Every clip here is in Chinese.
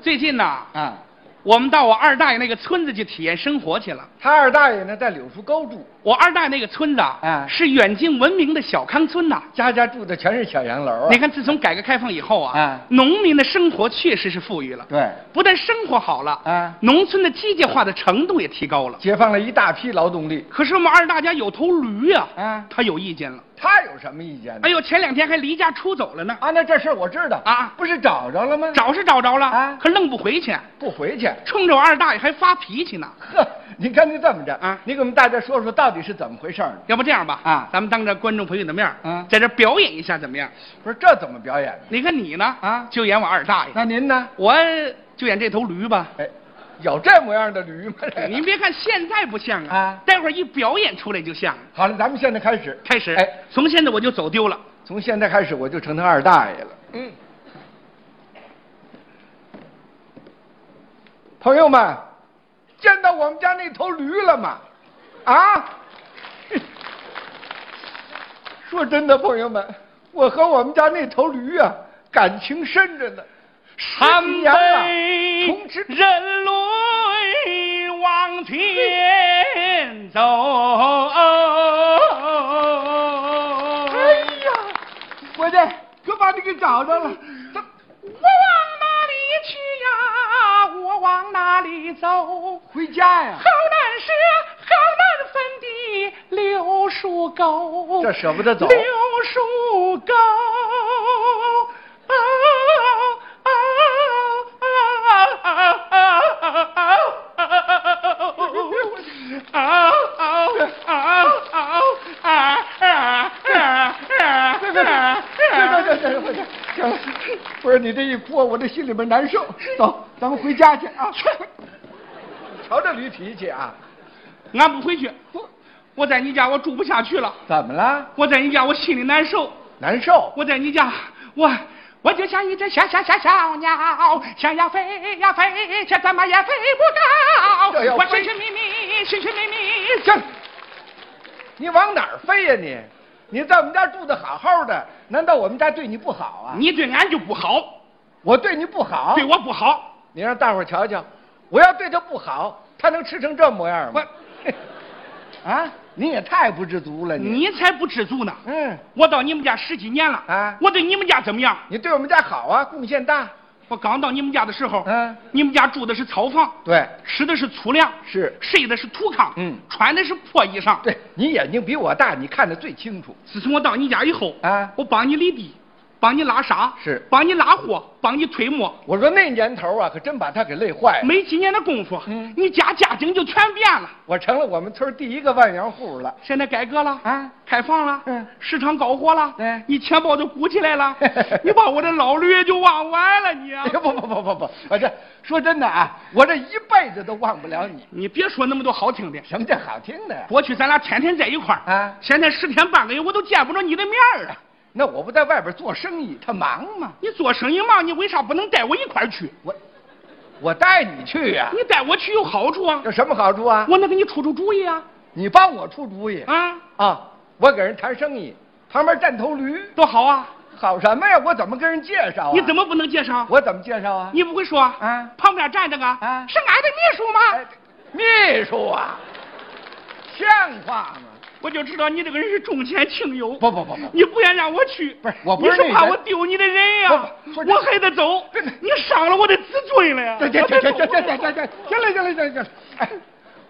最近呐，啊，我们到我二大爷那个村子去体验生活去了。他二大爷呢在柳树沟住，我二大爷那个村子啊是远近闻名的小康村呐。家家住的全是小洋楼啊。你看，自从改革开放以后啊，啊农民的生活确实是富裕了，对，不但生活好了，啊农村的机械化的程度也提高了。解放了一大批劳动力。可是我们二大家有头驴呀、啊他有意见了。他有什么意见呢？哎呦，前两天还离家出走了呢，啊，那这事儿我知道啊不是找着了吗？找是找着了，啊可愣不回去，不回去。冲着我二大爷还发脾气呢。呵，您看您这么着啊你给我们大家说说到底是怎么回事儿呢？要不这样吧，啊咱们当着观众朋友的面儿，嗯在这儿表演一下怎么样？不是这怎么表演呢？你看你呢？啊就演我二大爷，那您呢？我就演这头驴吧。哎，有这模样的驴吗？您别看现在不像啊，哎啊待会儿一表演出来就像了。 好了，咱们现在开始。开始，哎，从现在我就走丢了。从现在开始我就成他二大爷了。嗯，朋友们，见到我们家那头驴了吗？啊？ 说真的，朋友们，我和我们家那头驴啊，感情深着呢。山十几年了北同吃人类往前走。哎呀，伙计，可把你给找着了。怎我往哪里去呀？我往哪里走？好回家呀？难舍，好难分的柳树沟。这舍不得走柳树沟。啊啊啊啊啊啊啊别别别！别别别别别！行了，不是你这一哭啊，我这心里边难受。走，咱们回家去啊！瞧这驴脾气啊！俺不回去，我在你家我住不下去了。怎么了？我在你家我心里难受，难受？我在你家我我就像一只小小小小鸟，想要飞呀飞，却怎么也飞不这高。要我飞寻寻觅觅，寻寻觅觅，行，你往哪儿飞呀、你？你在我们家住的好好的，难道我们家对你不好啊？你对俺就不好，我对你不好？对我不好。你让大伙儿瞧瞧，我要对他不好，他能吃成这模样吗？ 啊，你也太不知足了你。你才不知足呢！嗯，我到你们家十几年了，啊我对你们家怎么样？你对我们家好啊，贡献大。我刚到你们家的时候，嗯你们家住的是草房，对，吃的是粗粮，是睡的是土炕，嗯穿的是破衣裳。对你眼睛比我大，你看得最清楚。自从我到你家以后，啊我帮你犁地，帮你拉沙，是帮你拉货，帮你推磨。我说那年头啊，可真把他给累坏了。没几年的功夫，嗯你家家境就全变了。我成了我们村儿第一个万元户了。现在改革了啊开放了，嗯哎市场搞活了，对你钱包就鼓起来 了，你把我的老驴就忘完了你啊哎！不不不不不，我这说真的啊，我这一辈子都忘不了你。你别说那么多好听的，什么叫好听的呀？过去咱俩天天在一块儿，啊现在十天半个月我都见不着你的面儿了。那我不在外边做生意，他忙吗？你做生意忙，你为啥不能带我一块儿去？我，我带你去呀、你带我去有好处啊有，什么好处啊？我能给你出出主意啊！你帮我出主意啊，啊！我给人谈生意，旁边站头驴，多好啊！好什么呀？我怎么跟人介绍啊？你怎？么不能介绍？我怎么介绍啊？你不会说啊旁边站着个啊是俺的秘 书吗？哎秘书啊，像话吗？我就知道你这个人是重钱轻友。不不不不你不愿让我去，不是我不是你那是怕人我丢你的人呀、不不说真我还得走真的，你伤了我的自尊了呀！这这这这这这这这，行了行了行了行了。哎，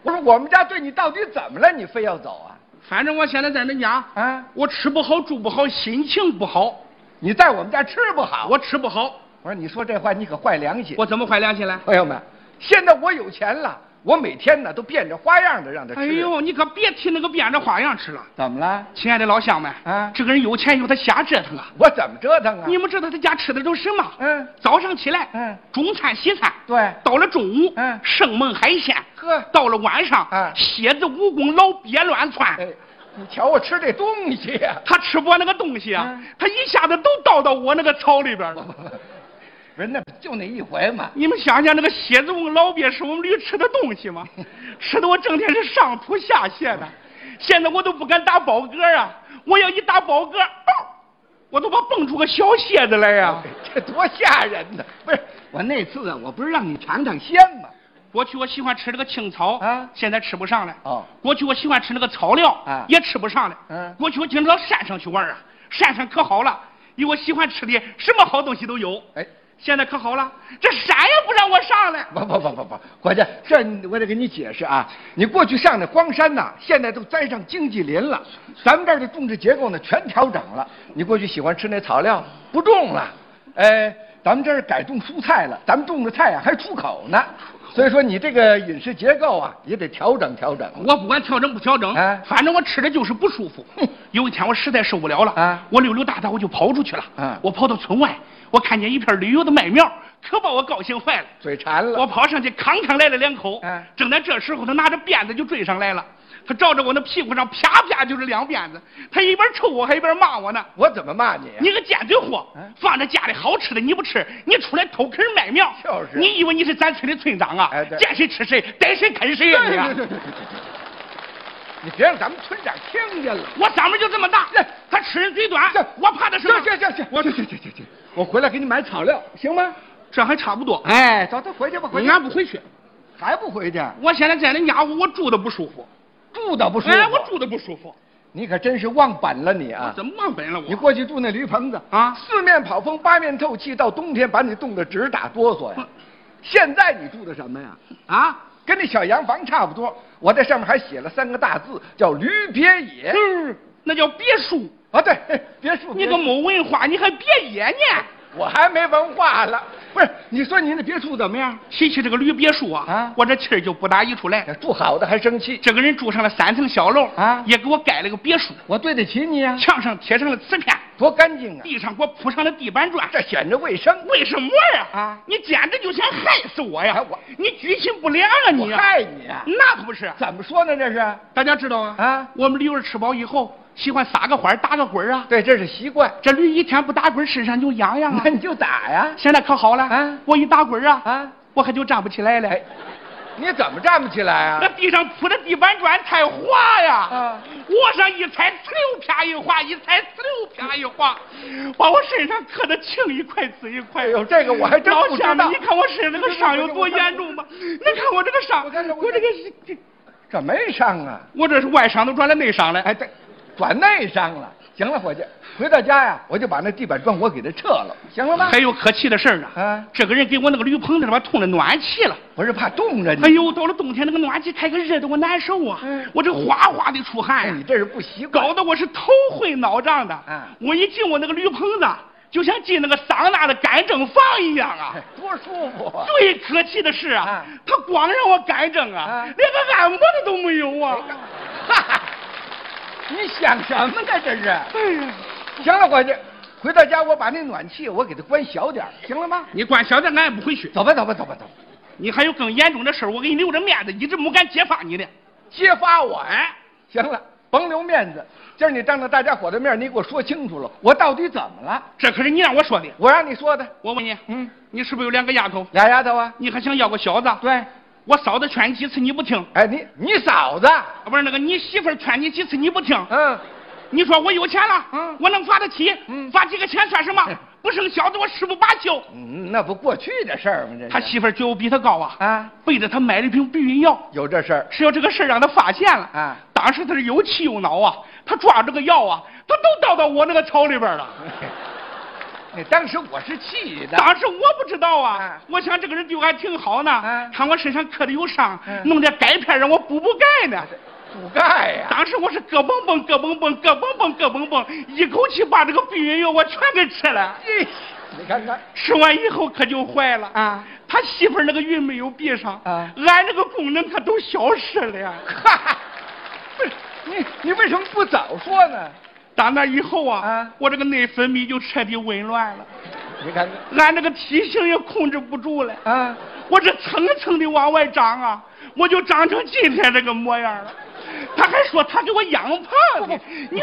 我说我们家对你到底怎么了？你非要走啊？反正我现在在恁家，啊，我吃不好，住不好，心情不好，你在我们家吃不好。我吃不好，我说你说这话你可坏良心。我怎么坏良心了？朋友们，现在我有钱了，我每天呢都变着花样的让他吃。哎呦，你可别提那个变着花样吃了，怎么了？亲爱的老乡们，啊这个人有钱以后他瞎折腾啊！我怎么折腾啊？你们知道他家吃的都什么？嗯早上起来，嗯中餐、西餐，对到了中午，嗯生猛海鲜，呵到了晚上，嗯蝎子、蜈蚣、老鳖乱窜。哎，你瞧我吃这东西呀、他吃不完那个东西啊，嗯他一下子都倒到我那个槽里边 了。不是那就那一回嘛。你们想想，那个蝎子翁老鳖是我们驴吃的东西 吗？吃的我整天是上吐下泻的，现在我都不敢打饱嗝啊！我要一打饱嗝，嗷我都怕蹦出个小蝎子来呀、哦这多吓人呢！不是我那次啊，我不是让你尝尝鲜吗？过去我喜欢吃那个青草，啊现在吃不上了。哦过去我喜欢吃那个草料，啊也吃不上了。嗯过去我经常到山上去玩啊，山上可好了，有我喜欢吃的，什么好东西都有。哎，现在可好了，这山也不让我上了。不不不不不，关键这我得给你解释啊！你过去上的荒山呐、现在都栽上经济林了，咱们这儿的种植结构呢全调整了。你过去喜欢吃那草料，不种了，哎，咱们这儿改种蔬菜了，咱们种的菜啊还出口呢。所以说你这个饮食结构啊也得调整调整。我不管调整不调整，哎反正我吃的就是不舒服哼。有一天我实在受不了了，啊我溜溜达达我就跑出去了。嗯我跑到村外，我看见一片绿油的麦苗，可把我高兴坏了。嘴馋了，我跑上去扛扛来了两口。哎正在这时候，他拿着鞭子就追上来了。他照着我那屁股上啪啪就是两鞭子，他一边抽我还一边骂我呢我怎么骂你、：“啊？你个贱嘴货嗯，放着家里好吃的你不吃，你出来偷啃麦苗，就是你以为你是咱村的村长啊哎？对见谁吃谁，逮谁啃谁呀、你啊！对对对对对对 你别让咱们村长听见了。我嗓门就这么大这，他吃人嘴短这，我怕的是行行行行，我去去去去去，我回来给你买草料，行吗？这还差不多。哎，走，走，回去吧，回去。俺不回去，还不回去？我现在在那家屋，我住的不舒服。住倒不舒服。哎，我住的不舒服，你可真是忘本了你我啊！怎么忘本了你我？过去住那驴棚子啊四面跑风，八面透气，到冬天把你冻得直打哆嗦呀。现在你住的什么呀？啊，跟那小洋房差不多。我在上面还写了三个大字，叫“驴别野嗯，那叫别墅。”。啊，对， 嘿别墅。 你别个墅没文化，你还别野呢？我还没文化了。不是，你说你那别墅怎么样？提起这个驴别墅啊，啊我这气儿就不打一处来。住好的还生气，这个人住上了三层小楼啊也给我盖了个别墅，我对得起你啊！墙上贴上了瓷片，多干净啊！地上给我铺上了地板砖。这显着卫生。为什么呀？啊你简直就想害死我呀！哎我你居心不良啊你我啊！害你啊！那可不是，怎么说呢？这是大家知道啊啊我们驴儿吃饱以后喜欢撒个欢儿打个滚儿啊。对，这是习惯。这驴一天不打滚儿，身上就痒痒啊那。你就打呀！现在可好了，啊我一打滚儿啊，啊，我可就站不起来了。哎，你怎么站不起来那啊？地上铺的地板砖太滑呀，啊往上一踩，呲溜啪一滑，一踩呲溜啪一滑，把我身上磕的青一块紫一块。哎呦这个我还真不知道老乡们你看我身上那个伤有多严重吧？你看我这个伤，我看看我我这个这这没伤啊！我这是外伤都转了内伤了。哎，对，转内伤了。行了，伙计，回到家呀，我就把那地板砖我给它撤了，行了吗还？有可气的事儿呢，啊这个人给我那个驴棚子里边通了暖气了。不是怕冻着你，哎呦，到了冬天那个暖气开个热的我难受啊，嗯我这哗哗的出汗哎呀、你这是不习惯。搞得我是头昏脑胀的。啊我一进我那个驴棚子，就像进那个桑拿的干蒸房一样啊 哎。多舒服啊！最可气的是啊啊，他光让我干蒸啊啊，连个按摩的都没有啊。哎哈哈，你想什么呢？这是。哎呀，行了，伙计，回到家我把那暖气我给它关小点儿，行了吗？你管小点，俺也不回去。走吧，走吧，走吧，走吧。你还有更严重的事儿我给你留着面子，一直没敢揭发你呢。揭发我呀！哎，行了，甭留面子，今儿你当着大家伙的面，你给我说清楚了，我到底怎么了？这可是你让我说的。我让你说的，我问你，嗯，你是不是有两个丫头？俩丫头啊，你还想要个小子？对，我嫂子劝你几次你不听，哎，你你嫂子，啊不是那个你媳妇儿劝你几次你不听，嗯，你说我有钱了，嗯我能发得起，嗯发几个钱算什么嗯？不生小子，我誓不罢休。嗯那不过去的事儿吗？这是他媳妇儿觉悟比他高啊，啊，背着他买了一瓶避孕药，有这事儿，只要这个事儿让他发现了，啊当时他是又气又恼啊，他抓这个药啊，他都倒到我那个草里边了。哎当时我是气的，当时我不知道啊，啊我想这个人对我还挺好呢，啊看我身上磕的有伤，嗯弄点钙片让我补补钙呢。哎补钙呀、当时我是咯嘣嘣、咯嘣嘣、咯嘣嘣、咯嘣嘣，一口气把这个避孕药我全给吃了。咦哎你看看，吃完以后可就坏了啊！他媳妇儿那个孕没有闭上啊俺这个功能可都消失了呀。 哈哈，不是你你为什么不早说呢？打那以后啊，啊我这个内分泌就彻底紊乱了，你看看俺这个体型也控制不住了，啊，我这蹭蹭的往外长啊，我就长成今天这个模样了。他还说他给我养胖不的不，你